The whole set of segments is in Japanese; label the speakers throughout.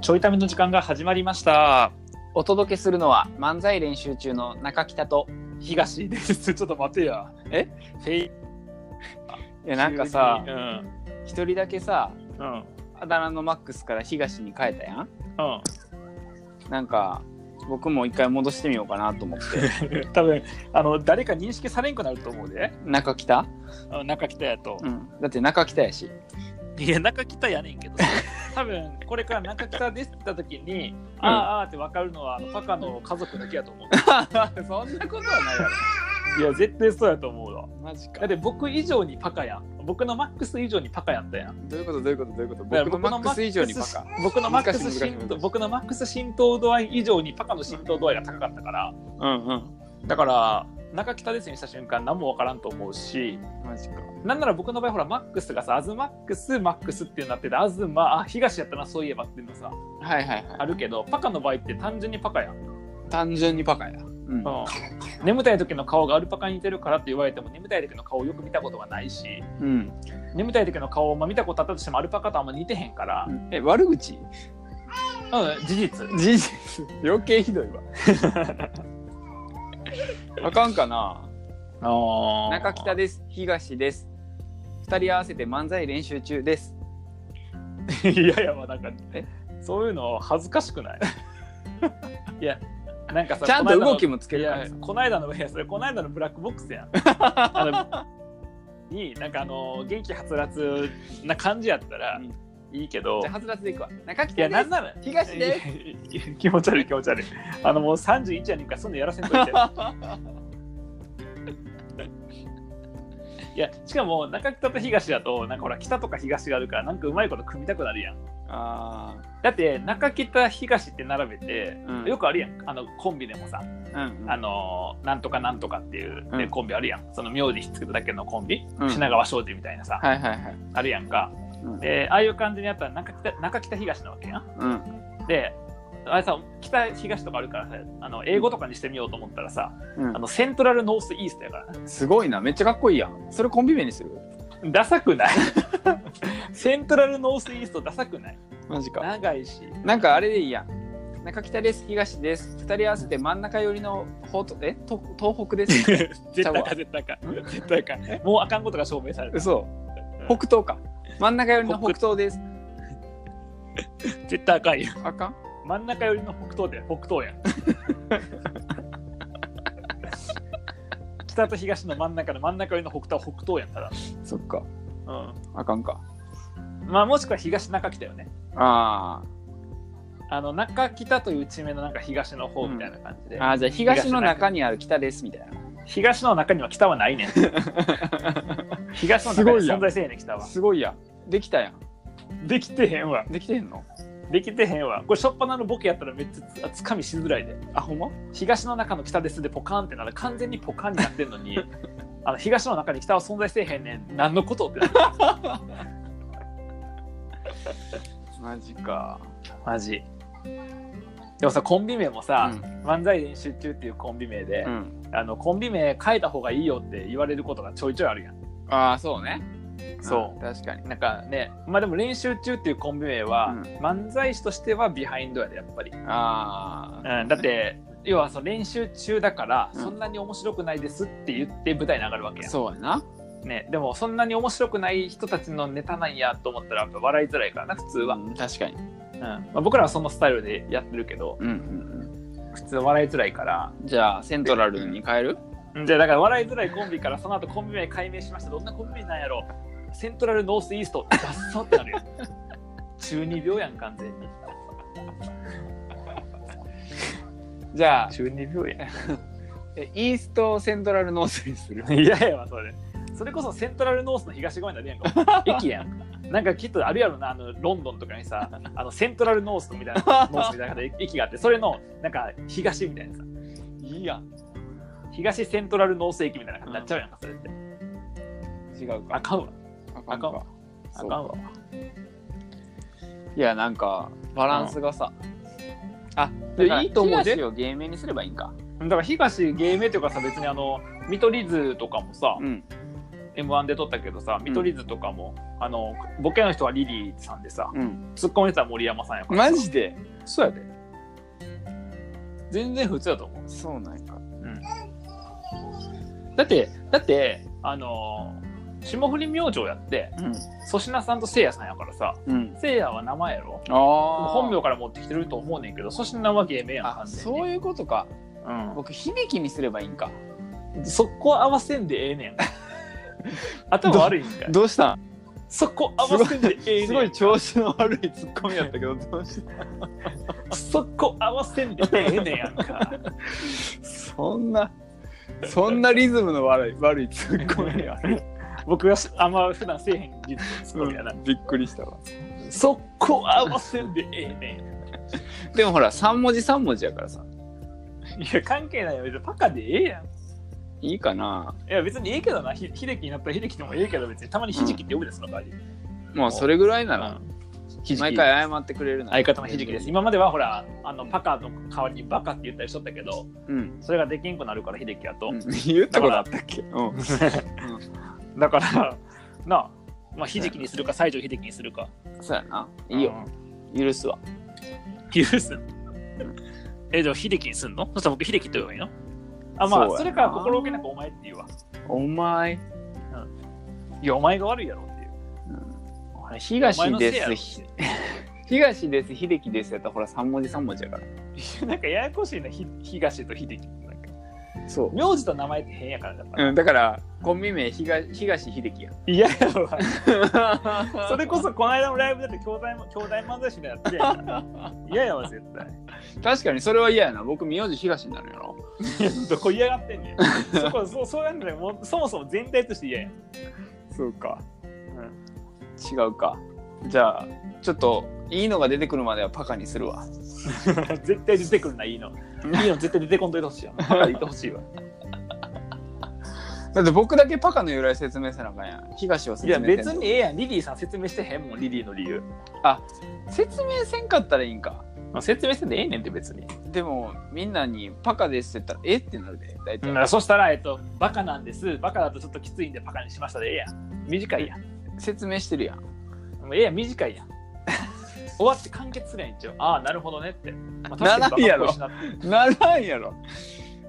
Speaker 1: ちょいための時間が始まりました。
Speaker 2: お届けするのは漫才練習中の中北と
Speaker 1: 東です。 ちょっと待てや。えフェイ
Speaker 2: いやなんかさ
Speaker 1: うん。
Speaker 2: 一人だけさ
Speaker 1: うん。うん。
Speaker 2: あだ名のマックスから東に変えたやんなんか僕も一回戻してみようかなと思って
Speaker 1: 多分あの誰か認識されんくなると思うで。
Speaker 2: 中北、
Speaker 1: うん中北やと
Speaker 2: う。ん、だって中北やし
Speaker 1: いや、中北やねんけ どさ。多分これから中北ですって言った時に、あああーって分かるのはあのパカの家族だけや と思う。
Speaker 2: そんなことはないや
Speaker 1: いや、絶対そうやと思うわ。
Speaker 2: ろマジ
Speaker 1: だって僕以上にパカやん。僕のマックス以上にパカやったやん。
Speaker 2: どういうことどういうことどういうこと
Speaker 1: だから
Speaker 2: 僕のマックス以上にバカ
Speaker 1: 僕のマックス
Speaker 2: 難しい難しい
Speaker 1: 浸透
Speaker 2: 難しい
Speaker 1: 僕のマックス浸透度合い以上にパカの浸透度合いが高かったから
Speaker 2: うんうん
Speaker 1: だから中北ですにした瞬間何もわからんと思うし
Speaker 2: マジか
Speaker 1: なんなら僕の場合ほらマックスがさアズマックスマックスっていうのになっててアズマあ東やったなそういえばっていうのさ
Speaker 2: はいはいは
Speaker 1: あるけどパカの場合って単純にパカやん、
Speaker 2: い単純にバカやうん
Speaker 1: 眠たい時の顔がアルパカに似てるからって言われても眠たい時の顔をよく見たことがないし
Speaker 2: うん、
Speaker 1: 眠たい時の顔を、まあ、見たことあったとしてもアルパカとあんま似てへんから、う
Speaker 2: え悪口
Speaker 1: ん、事実
Speaker 2: 事実 余計ひどい わあかんかな中
Speaker 1: 中
Speaker 2: 北です東です二人合わせて漫才練習中です
Speaker 1: いやいや、まあ、なんか
Speaker 2: え、
Speaker 1: そういうの恥ずかしく ないいや、なんかさ、
Speaker 2: ちゃんと動き
Speaker 1: も
Speaker 2: もつ
Speaker 1: つけ
Speaker 2: け
Speaker 1: い
Speaker 2: るから
Speaker 1: や、この間の、いや、それ、この間のブラックボックス やん。あのに、なんかあの、元気はつらつな感じやったら
Speaker 2: うん、
Speaker 1: いいけど
Speaker 2: じゃあ、はつらつでいくわ中
Speaker 1: いや、
Speaker 2: 北で
Speaker 1: なん
Speaker 2: す
Speaker 1: なら、
Speaker 2: 東です
Speaker 1: いや 気持ち悪い気持ち悪い。あの、もう31やねんから、そんなやらせんとい て。いや、しかも、中北と東だと、なんかほら、北とか東があるから、なんかうまいこと組みたくなるやん。
Speaker 2: あ
Speaker 1: だって中北東って並べて、
Speaker 2: うん
Speaker 1: よくあるやんあのコンビでもさ、
Speaker 2: あうん
Speaker 1: あのーなんとかなんとかっていう、ね
Speaker 2: うん
Speaker 1: コンビあるやんその名字ひっつけただけのコンビ、
Speaker 2: うん
Speaker 1: 品川庄司みたいなさ、
Speaker 2: はいはいはい
Speaker 1: あるやんか
Speaker 2: うん
Speaker 1: でああいう感じにやったら中北中北東なわけやん
Speaker 2: うん
Speaker 1: であれさ北東とかあるからさあの英語とかにしてみようと思ったらさ、
Speaker 2: うん
Speaker 1: あのセントラルノースイーストやからな
Speaker 2: すごいなめっちゃかっこいいやんそれコンビ名にする
Speaker 1: ダサ くないセントラルノースイーストダサくない
Speaker 2: マジか
Speaker 1: 長いし
Speaker 2: なんかあれでいいやん中北です東です二人合わせて真ん中寄りの方とえと東北です
Speaker 1: 絶対あかん絶対あかん絶対あかんもうあかんことが証明された
Speaker 2: 嘘北東か真ん中寄りの北東です
Speaker 1: 絶対あかんよ
Speaker 2: あかん
Speaker 1: 真ん中寄りの北東で北東 や北と東の真ん中の真ん中寄りの北東は北東やんただ、
Speaker 2: そっか
Speaker 1: う
Speaker 2: あかんか
Speaker 1: ん、まあもしくは東中北よね
Speaker 2: あ
Speaker 1: あの中北という地名のなんか東の方みたいな感じで、
Speaker 2: ーあーじゃあ東の中にある北ですみたい
Speaker 1: 東の中には北はないねん東の中には存在せえへんねん北
Speaker 2: な
Speaker 1: は
Speaker 2: すごいやんできたやん
Speaker 1: できてへんわ
Speaker 2: できてんの
Speaker 1: できてへんわこれ初っ端のボケやったらめっちゃつつかみしづらいで
Speaker 2: あほんま
Speaker 1: 東の中の北ですでポカーンってなる完全にポカーンになってんの にあの東の中に北は存在せえへんねん何のことってなる
Speaker 2: マジか
Speaker 1: マジでもさコンビ名もさ、
Speaker 2: う
Speaker 1: 漫才練習中っていうコンビ名で、
Speaker 2: ん、
Speaker 1: あのコンビ名変えた方がいいよって言われることがちょいちょいあるやん
Speaker 2: ああそうね
Speaker 1: そ
Speaker 2: ん確かに
Speaker 1: なんかねまあでも練習中っていうコンビ名は、
Speaker 2: うん
Speaker 1: 漫才師としてはビハインドやでやっぱり、
Speaker 2: ああ
Speaker 1: うん、だって要はその練習中だから、
Speaker 2: うん
Speaker 1: そんなに面白くないですって言って舞台に上がるわけやん
Speaker 2: そうやな
Speaker 1: ね、でもそんなに面白くない人たちのネタなんやと思ったらやっぱ笑いづらいからな普通は、
Speaker 2: うん確かに
Speaker 1: うんまあ、僕らはそのスタイルでやってるけど
Speaker 2: うんうん
Speaker 1: 普通は笑いづらいから
Speaker 2: うんじゃあセントラルに変える
Speaker 1: うんじゃあだから笑いづらいコンビからその後コンビ名解明しましたどんなコンビ名なんやろセントラルノースイーストダッサって なるよ中二病やん完全に
Speaker 2: じゃあ
Speaker 1: 中二病や
Speaker 2: えイーストをセントラルノースにす る
Speaker 1: いやいやわそれそれこそセントラルノースの東側になるやんか駅やんなんかきっとあるやろなあのロンドンとかに さあのセントラルノースみたいなノースみたいな形で駅があってそれのなんか東みたいなさ
Speaker 2: いいやん
Speaker 1: 東セントラルノース駅みたいな感じになっちゃうやんか、それって。
Speaker 2: 違うか
Speaker 1: あかんわ。
Speaker 2: あ
Speaker 1: あかんわあ
Speaker 2: そう
Speaker 1: かんわ。
Speaker 2: いやなんかバランスがさあ
Speaker 1: で
Speaker 2: い
Speaker 1: い
Speaker 2: い
Speaker 1: いと
Speaker 2: と
Speaker 1: 思
Speaker 2: 思
Speaker 1: う
Speaker 2: う
Speaker 1: で
Speaker 2: でを芸名にすればいいんか
Speaker 1: だから東芸名というかさ、別にあの、見取り図とかもさ、
Speaker 2: ん
Speaker 1: m 1で撮ったけどさ見取り図とかも、あのボケの人はリリーさんでさ
Speaker 2: うん
Speaker 1: ツッコミの人は森山さんやから
Speaker 2: マジで
Speaker 1: そうやで全然普通だと思
Speaker 2: そうなんか
Speaker 1: うだってだってあのー霜降り明星やって
Speaker 2: うん
Speaker 1: 粗品さんとせいやさんやからさ
Speaker 2: うん
Speaker 1: せいやは名前やろ
Speaker 2: ああ
Speaker 1: 本名から持ってきてると思うねんけど粗品は芸名やん
Speaker 2: あ
Speaker 1: 完全に
Speaker 2: そういうことか
Speaker 1: うん
Speaker 2: 僕響きにすればいいんか
Speaker 1: そこ合わせんでええ ねん。頭悪いんかい。
Speaker 2: どうしたん
Speaker 1: そこ合わせんでええ
Speaker 2: す
Speaker 1: ね
Speaker 2: ご
Speaker 1: ん
Speaker 2: い。調子の悪いツッコミやったけどどうし
Speaker 1: そこ合わせんでええねんやん か。
Speaker 2: たそんなそんなリズムの悪い悪いツッコミや、
Speaker 1: 僕があんま普段せえへん技術のツッコミやな。
Speaker 2: びっくりしたわ
Speaker 1: そこ合わせんでええね
Speaker 2: でもほら3文字3文字やからさ
Speaker 1: ん。いや、関係ないよ。別にパカでええやん。
Speaker 2: いいかない
Speaker 1: や、別にええけどな。ひ秀樹になったら秀樹でもええけど、別にたまにひじきって呼ぶですの代わり。
Speaker 2: まあそれぐらいなら
Speaker 1: ひじき
Speaker 2: 毎回謝ってくれるなら
Speaker 1: 相方のひじきです。今まではほら、あのパカの代わりにバカって言ったりしとったけど、
Speaker 2: うん、
Speaker 1: それができんくなるから、秀樹やと。
Speaker 2: うん、言ったことあったっけうん
Speaker 1: だから、なあ、まあ、ひじきにするか、西条ひじきにするか。
Speaker 2: そうやないいよ、許すわ
Speaker 1: うん。許す。え、じゃあ、ひじきにすんのそしたら僕、ひじきって言えばいいのあ、ま
Speaker 2: そうや
Speaker 1: あ、
Speaker 2: な
Speaker 1: それから心置けなくお前って言うわ。
Speaker 2: お前
Speaker 1: いや、お前が悪いやろっていう。お前
Speaker 2: 東
Speaker 1: のせいやろ
Speaker 2: で
Speaker 1: っ
Speaker 2: す
Speaker 1: ていう
Speaker 2: 東です秀樹ですやったらほら3文字3文字やから
Speaker 1: いやなんかややこしいな、ひ東とひじき。なんか
Speaker 2: そう、
Speaker 1: 名字と名前って変やからだから。
Speaker 2: うん、だからコンビ名東東秀樹や
Speaker 1: いややわ。 それこそ、この間のライブだって兄弟も、兄弟漫才師でやって。嫌やわ、絶対。
Speaker 2: 確かにそれは嫌やな僕名字東になるやろ
Speaker 1: いやどこ嫌がってんねん。そこ、そう、そうなんだよ。もうそもそも全体として嫌やん。
Speaker 2: そうか違うかじゃあちょっといいのが出てくるまではパカにするわ
Speaker 1: 絶対出てくるな、いいの。いいの、絶対出てこんといてほしいよ。だから言ってほしいわ。
Speaker 2: だって僕だけパカの由来説明せなあかんやん東を説
Speaker 1: い
Speaker 2: 明
Speaker 1: や、
Speaker 2: せんと
Speaker 1: 別にええやん。リリーさん説明してへんもん、リリーの理由。
Speaker 2: 説明せんかったらいいんか
Speaker 1: まあ、説明せんでええねんって、別に。
Speaker 2: でもみんなに「パカです」って言ったら「えっ?」てなるで大体、
Speaker 1: そしたら、えっと、バカなんです。バカだとちょっときついんで、バカにしましたでええやん。短いやん。
Speaker 2: 説明してるやん
Speaker 1: もうええやん、短いやん。 終わって完結すりゃいいんちゃうああ、なるほどねって。まあ
Speaker 2: ならんやろ
Speaker 1: 確かにバカっぽいしなって
Speaker 2: ならんやろ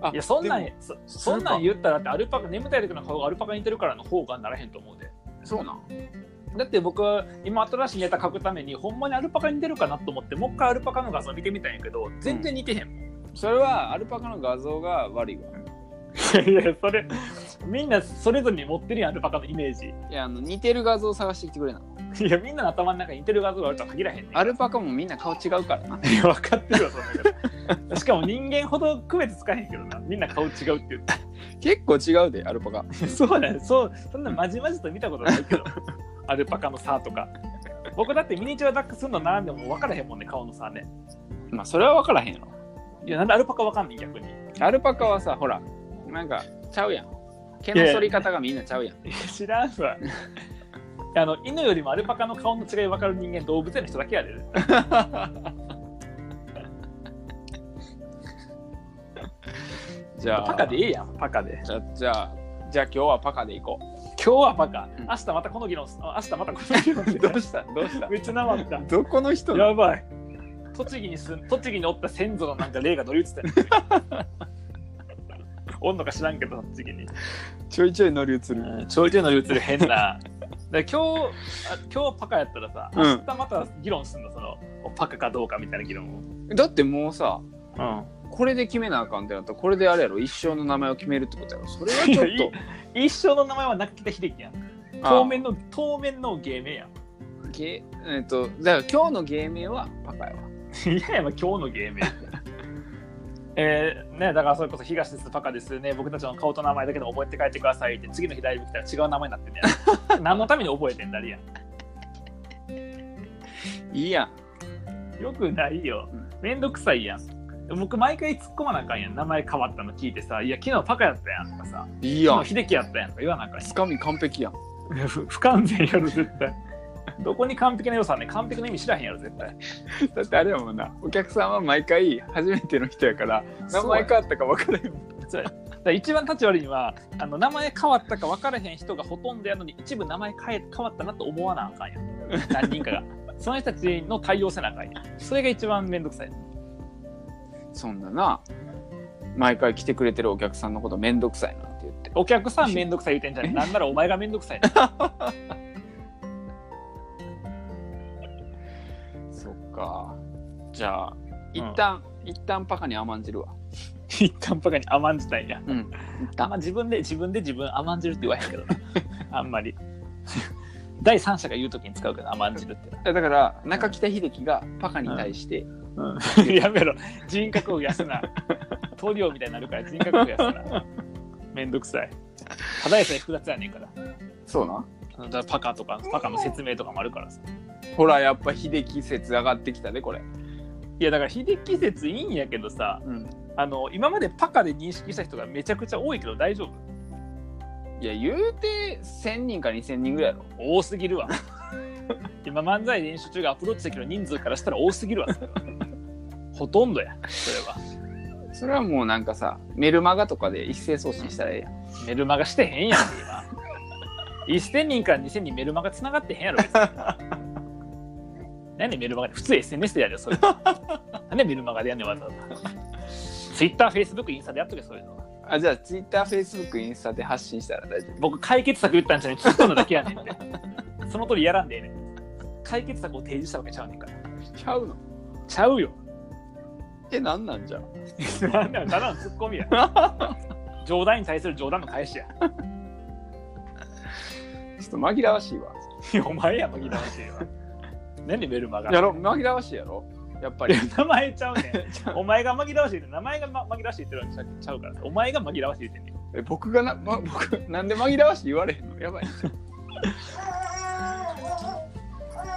Speaker 2: あ
Speaker 1: いや、そんなん
Speaker 2: でも、
Speaker 1: そそんなん言ったら、だってアルパカ、眠たい時の顔がアルパカに似てるからの方がならへんと思うで。
Speaker 2: そうなん
Speaker 1: だって僕今新しいネタ書くためにほんまにアルパカに出るかなと思ってもう一回アルパカの画像見てみたんやけど全然似てへんもん、
Speaker 2: それはアルパカの画像が悪いわ
Speaker 1: いやそれみんなそれぞれに持ってるやんアルパカのイメージ
Speaker 2: いやあの似てる画像を探してきてくれない
Speaker 1: やみんなの頭の中に似てる画像があるとは限らへんねん
Speaker 2: アルパカもみんな顔違うからない
Speaker 1: や分かってるわそんなことしかも人間ほど区別つかへんけどなみんな顔違うって言っ
Speaker 2: 結構違うでアルパカ
Speaker 1: て そうだよそうそんなまじまじと見たことないけ どアルパカの差とか僕だってミニチュアダックスの並んでも分からへんもんね顔の差ね
Speaker 2: まあそれは分からへんやろ
Speaker 1: いやなんでアルパカ分かんない逆に
Speaker 2: アルパカはさほらなんかちゃうやん毛の剃り方がみんなちゃうやん
Speaker 1: いや知らん わあの犬よりもアルパカの顔の違い分かる人間動物園の人だけやで
Speaker 2: じゃあ
Speaker 1: パカでええやんパカで
Speaker 2: じゃじゃあじゃあ今日はパカで行こ
Speaker 1: 今日はパカ、
Speaker 2: う
Speaker 1: 明
Speaker 2: ん
Speaker 1: 日またこの議論すあ明日またこの議論す
Speaker 2: う どうしたどうした
Speaker 1: めっちゃなまった
Speaker 2: どこの人なの
Speaker 1: やばい栃木にすん栃木におった先祖のなんか霊が乗り移ってんの おんのか知らんけど栃木に
Speaker 2: ちょいちょい乗り移る、
Speaker 1: ちょいちょい乗り移る変なだから今日あ今日パカやったらさ
Speaker 2: うん
Speaker 1: 明日また議論すんの、そのパカかどうかみたいな議論を
Speaker 2: だってもうさ
Speaker 1: うん
Speaker 2: これで決めなあかんってなったらこれであれやろ一生の名前を決めるってことやろそれはちょっ
Speaker 1: いやいい一生の名前は中北秀樹やん
Speaker 2: と
Speaker 1: 当面の当面の芸名やん
Speaker 2: あーげえっとだから今日の芸名はパカやわ
Speaker 1: いやいやまあ今日の芸 名えー、ねだからそれこそ東ですパカですね僕たちの顔と名前だけでも覚えて帰ってくださいって次の日ライブ来たら違う名前になってんねや 何のために覚えてんだりや
Speaker 2: いいやん
Speaker 1: んよくないよ
Speaker 2: うん
Speaker 1: めんどくさいやん僕毎回突っ込まなあかんやん名前変わったの聞いてさ「いや昨日パカやったやん」とかさ
Speaker 2: い
Speaker 1: 「
Speaker 2: いや
Speaker 1: 昨
Speaker 2: ん
Speaker 1: 日秀樹やったやん」とか言わなあかんやん
Speaker 2: つかみ完璧やん
Speaker 1: いや ふ不完全やろ絶対どこに完璧な良さねん完璧な意味知らへんやろ絶対
Speaker 2: だってあれやもんなお客さんは毎回初めての人やから名前変わったか分からへんもん
Speaker 1: そうやら一番立ち悪いのはあの名前変わったか分からへん人がほとんどやのに一部名前変え変わったなと思わなあかんやん何人 かがその人たちの対応せなあかんやんそれが一番面倒くさい
Speaker 2: そんなな毎回来てくれてるお客さんのことめんどくさいなって言って
Speaker 1: お客さん面倒くさい言うてんじゃんなんならお前が面倒くさいな
Speaker 2: そっかじゃあ一旦、一旦パカに甘んじるわ
Speaker 1: 一旦バカに甘んじたんや
Speaker 2: うん一
Speaker 1: あん
Speaker 2: 旦
Speaker 1: ま自分で自分で自分甘んじるって言わへんけどな あんまり第三者が言う時に使うけど甘んじるって
Speaker 2: だから中北秀樹がパカに対して、
Speaker 1: やめろ人格を増やすな塗料みたいになるから人格を増やすなめんどくさいただでさえ複雑やねんから
Speaker 2: そうな
Speaker 1: だからパカとかパカの説明とかもあるからさ
Speaker 2: ほらやっぱ秀樹説上がってきたでこれ
Speaker 1: いやだから秀樹説いいんやけどさ
Speaker 2: うん
Speaker 1: あの今までパカで認識した人がめちゃくちゃ多いけど大丈夫
Speaker 2: いや言うて1000人か2000人ぐらいやろ
Speaker 1: 多すぎるわ 今漫才練習中がアプローチしたけど人数からしたら多すぎるわ それはほとんどやそれは
Speaker 2: それはもうなんかさメルマガとかで一斉送信したらええやん
Speaker 1: メルマガしてへんやん今1000人から2000人メルマガ繋がってへんやろ別に何でメルマガで普通 SNS でやるよそれ何でメルマガでやんねんわざわざ TwitterFacebook インスタでやっとけそういうのは
Speaker 2: あじゃあツイッターフェイスブックインスタで発信したら大丈
Speaker 1: 僕解決策言ったんじゃねえ突っ込んだだけやねんってその通りやらんでええねん解決策を提示したわけちゃうねんから
Speaker 2: 夫ちゃうの
Speaker 1: ちゃうよ
Speaker 2: えなんなんじゃ
Speaker 1: なんだよただのツッコミ や冗談に対する冗談の返しや
Speaker 2: ちょっと紛らわしいわ
Speaker 1: いやお前や紛らわしいわ何でメルマガ
Speaker 2: やろ紛らわしいやろやっぱ り
Speaker 1: 名前ちゃうね ん。お前が紛らわしいって、名前が、ま、紛らわしいって言ってるわけちゃうから。お前が紛らわしいって言ってんねん
Speaker 2: え僕がな、 ま、僕なんで紛らわしい言われへんのやばい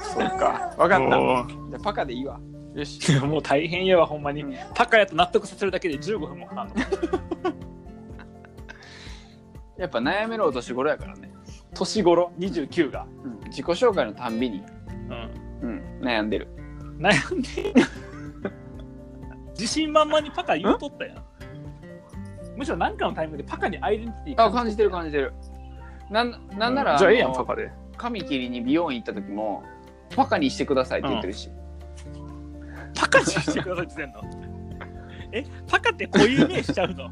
Speaker 2: そうかわかったじゃあパカでいいわよし、
Speaker 1: おーもう大変やわ、ほんまに。
Speaker 2: うん
Speaker 1: パカやと納得させるだけで15分もかかんの。
Speaker 2: やっぱ悩めるお年頃やからね、
Speaker 1: 年頃、29が。
Speaker 2: うん、自己紹介のたんびに、
Speaker 1: うん。
Speaker 2: うん、悩んでる
Speaker 1: 悩んで。自信満々にパカ言うとったやん。むしろ何かのタイミングでパカにアイデンティティ
Speaker 2: あ感じてる感じてるなんなんなら、
Speaker 1: うじゃあええやん、
Speaker 2: の
Speaker 1: パカで。
Speaker 2: 髪切りに美容院行った時もパカにしてくださいって言ってるし、
Speaker 1: パカにしてくださいって言ってんのえ、パカって固有名詞ちゃうの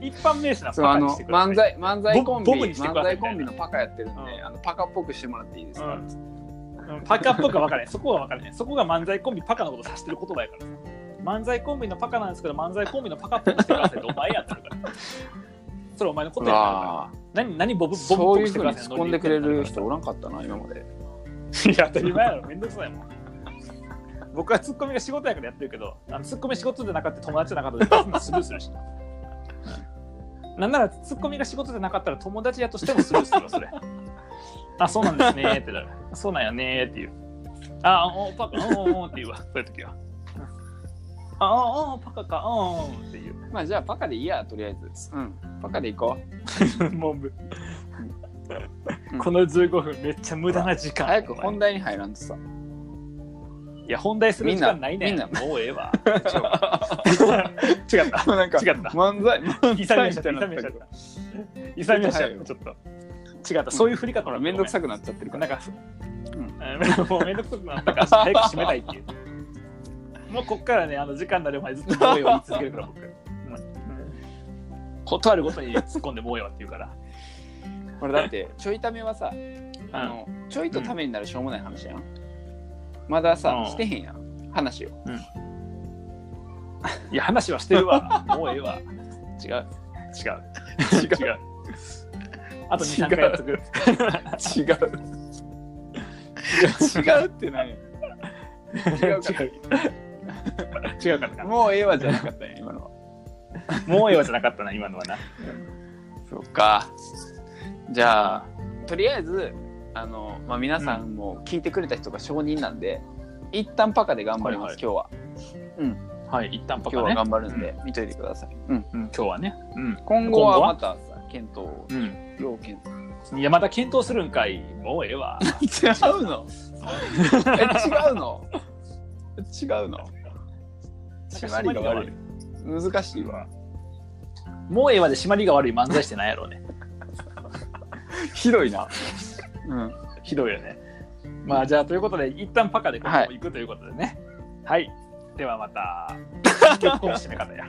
Speaker 1: 一般名詞なの
Speaker 2: そう
Speaker 1: パ
Speaker 2: あ
Speaker 1: カに
Speaker 2: の
Speaker 1: してください
Speaker 2: 漫才漫才コンビ
Speaker 1: ボブにしてく
Speaker 2: 漫
Speaker 1: ださいみたいな
Speaker 2: 才コンビのパカやってるんで、
Speaker 1: うん
Speaker 2: あのパカっぽくしてもらっていいですか、
Speaker 1: うんパカっぽくは分からへん。そこは分からへん。そこが漫才コンビパカのこと指してる言葉やから。漫才コンビのパカなんですけど、漫才コンビのパカっぽくしてくださいってお前やってるから。それお前のこと
Speaker 2: う
Speaker 1: やから。
Speaker 2: わー
Speaker 1: 何、何ボブ、ボブっ
Speaker 2: そ
Speaker 1: ぽ
Speaker 2: うい
Speaker 1: く
Speaker 2: う
Speaker 1: して
Speaker 2: ふ
Speaker 1: く
Speaker 2: うに
Speaker 1: ださい
Speaker 2: 突っ込んでくれる人
Speaker 1: い
Speaker 2: おらんかったな今まで
Speaker 1: や、当たり前やろ。めんどくさいもん。僕はツッコミが仕事やからやってるけど、あのツッコミ仕事じゃなかったら友達じゃなかったらスルーするし。なんならツッコミが仕事じゃなかったら友達やとしてもスルーするわ、それ。あ、そうなんですねーってなる。そうなんやねーっていう。あ、おパカ、おおおって言うわ、そういう時は。あ、おおパカか、おおっていう。
Speaker 2: まあじゃあパカでいいやとりあえずうんパカで行こ
Speaker 1: もうむ
Speaker 2: うん
Speaker 1: この15分めっちゃ無駄な時
Speaker 2: う
Speaker 1: 間。
Speaker 2: 早く本題に入らんとさ
Speaker 1: いや、本題する時間ないね
Speaker 2: みんなみ
Speaker 1: もうええ わ。違う違った。
Speaker 2: なんか
Speaker 1: 違った
Speaker 2: 漫 才
Speaker 1: イ
Speaker 2: 漫
Speaker 1: サミ
Speaker 2: 才
Speaker 1: はしち
Speaker 2: みた
Speaker 1: ゃ
Speaker 2: い
Speaker 1: っ
Speaker 2: に
Speaker 1: た。
Speaker 2: な
Speaker 1: イサミ
Speaker 2: っ
Speaker 1: はしちゃった。イサミは
Speaker 2: たけど
Speaker 1: しちゃった。ちょっと。違った。そういう振り方
Speaker 2: ほ
Speaker 1: な
Speaker 2: ら
Speaker 1: ん
Speaker 2: めんどく
Speaker 1: さ
Speaker 2: さくなっちゃってる
Speaker 1: くな
Speaker 2: か
Speaker 1: ん
Speaker 2: ら
Speaker 1: か、
Speaker 2: う
Speaker 1: う
Speaker 2: ん
Speaker 1: んもうめんどくさくなったから、早く締めたいっていう。もうこっからね、あの時間になる前ずっともうええわ言い続けるから、僕。ことあるごとに突っ込んでもうええわって言うから。
Speaker 2: これだってちょいためはさあのちょいとためになるしょうもない話やんまださ
Speaker 1: うん
Speaker 2: してへんやん話を
Speaker 1: いや、話はしてるわ。もうええわ。違う。違う。 違う。あと2、3回やっとく。
Speaker 2: 違う 違うって何や違うか
Speaker 1: 違う。違うかったな。
Speaker 2: もうええわじゃなかったね今のは
Speaker 1: もうええわじゃなかったな、今のはな。
Speaker 2: そうかじゃあとりあえずあの、まあ、皆さんも聞いてくれた人が承認なんで、一旦パカで頑張ります、
Speaker 1: はいはい
Speaker 2: 今日は
Speaker 1: はい、一旦パカ
Speaker 2: 今日は
Speaker 1: ね。
Speaker 2: 頑張るんで、見といてください、うん、
Speaker 1: うん今日はね。うん。
Speaker 2: 今後はまたさ検討を
Speaker 1: うん。
Speaker 2: 要検 討
Speaker 1: いや、また検討するんかい。もうええ わ。
Speaker 2: 違うのえ違うの違うの
Speaker 1: 締まりが悪い
Speaker 2: 難しいわ
Speaker 1: もうええわで締まりが悪い漫才してないやろうね。
Speaker 2: ひどいな。うん。
Speaker 1: ひどいよね。まあじゃあということで一旦パカでここ
Speaker 2: はい
Speaker 1: 行くと いうことでね。はい。ではまた。結婚の締め方や。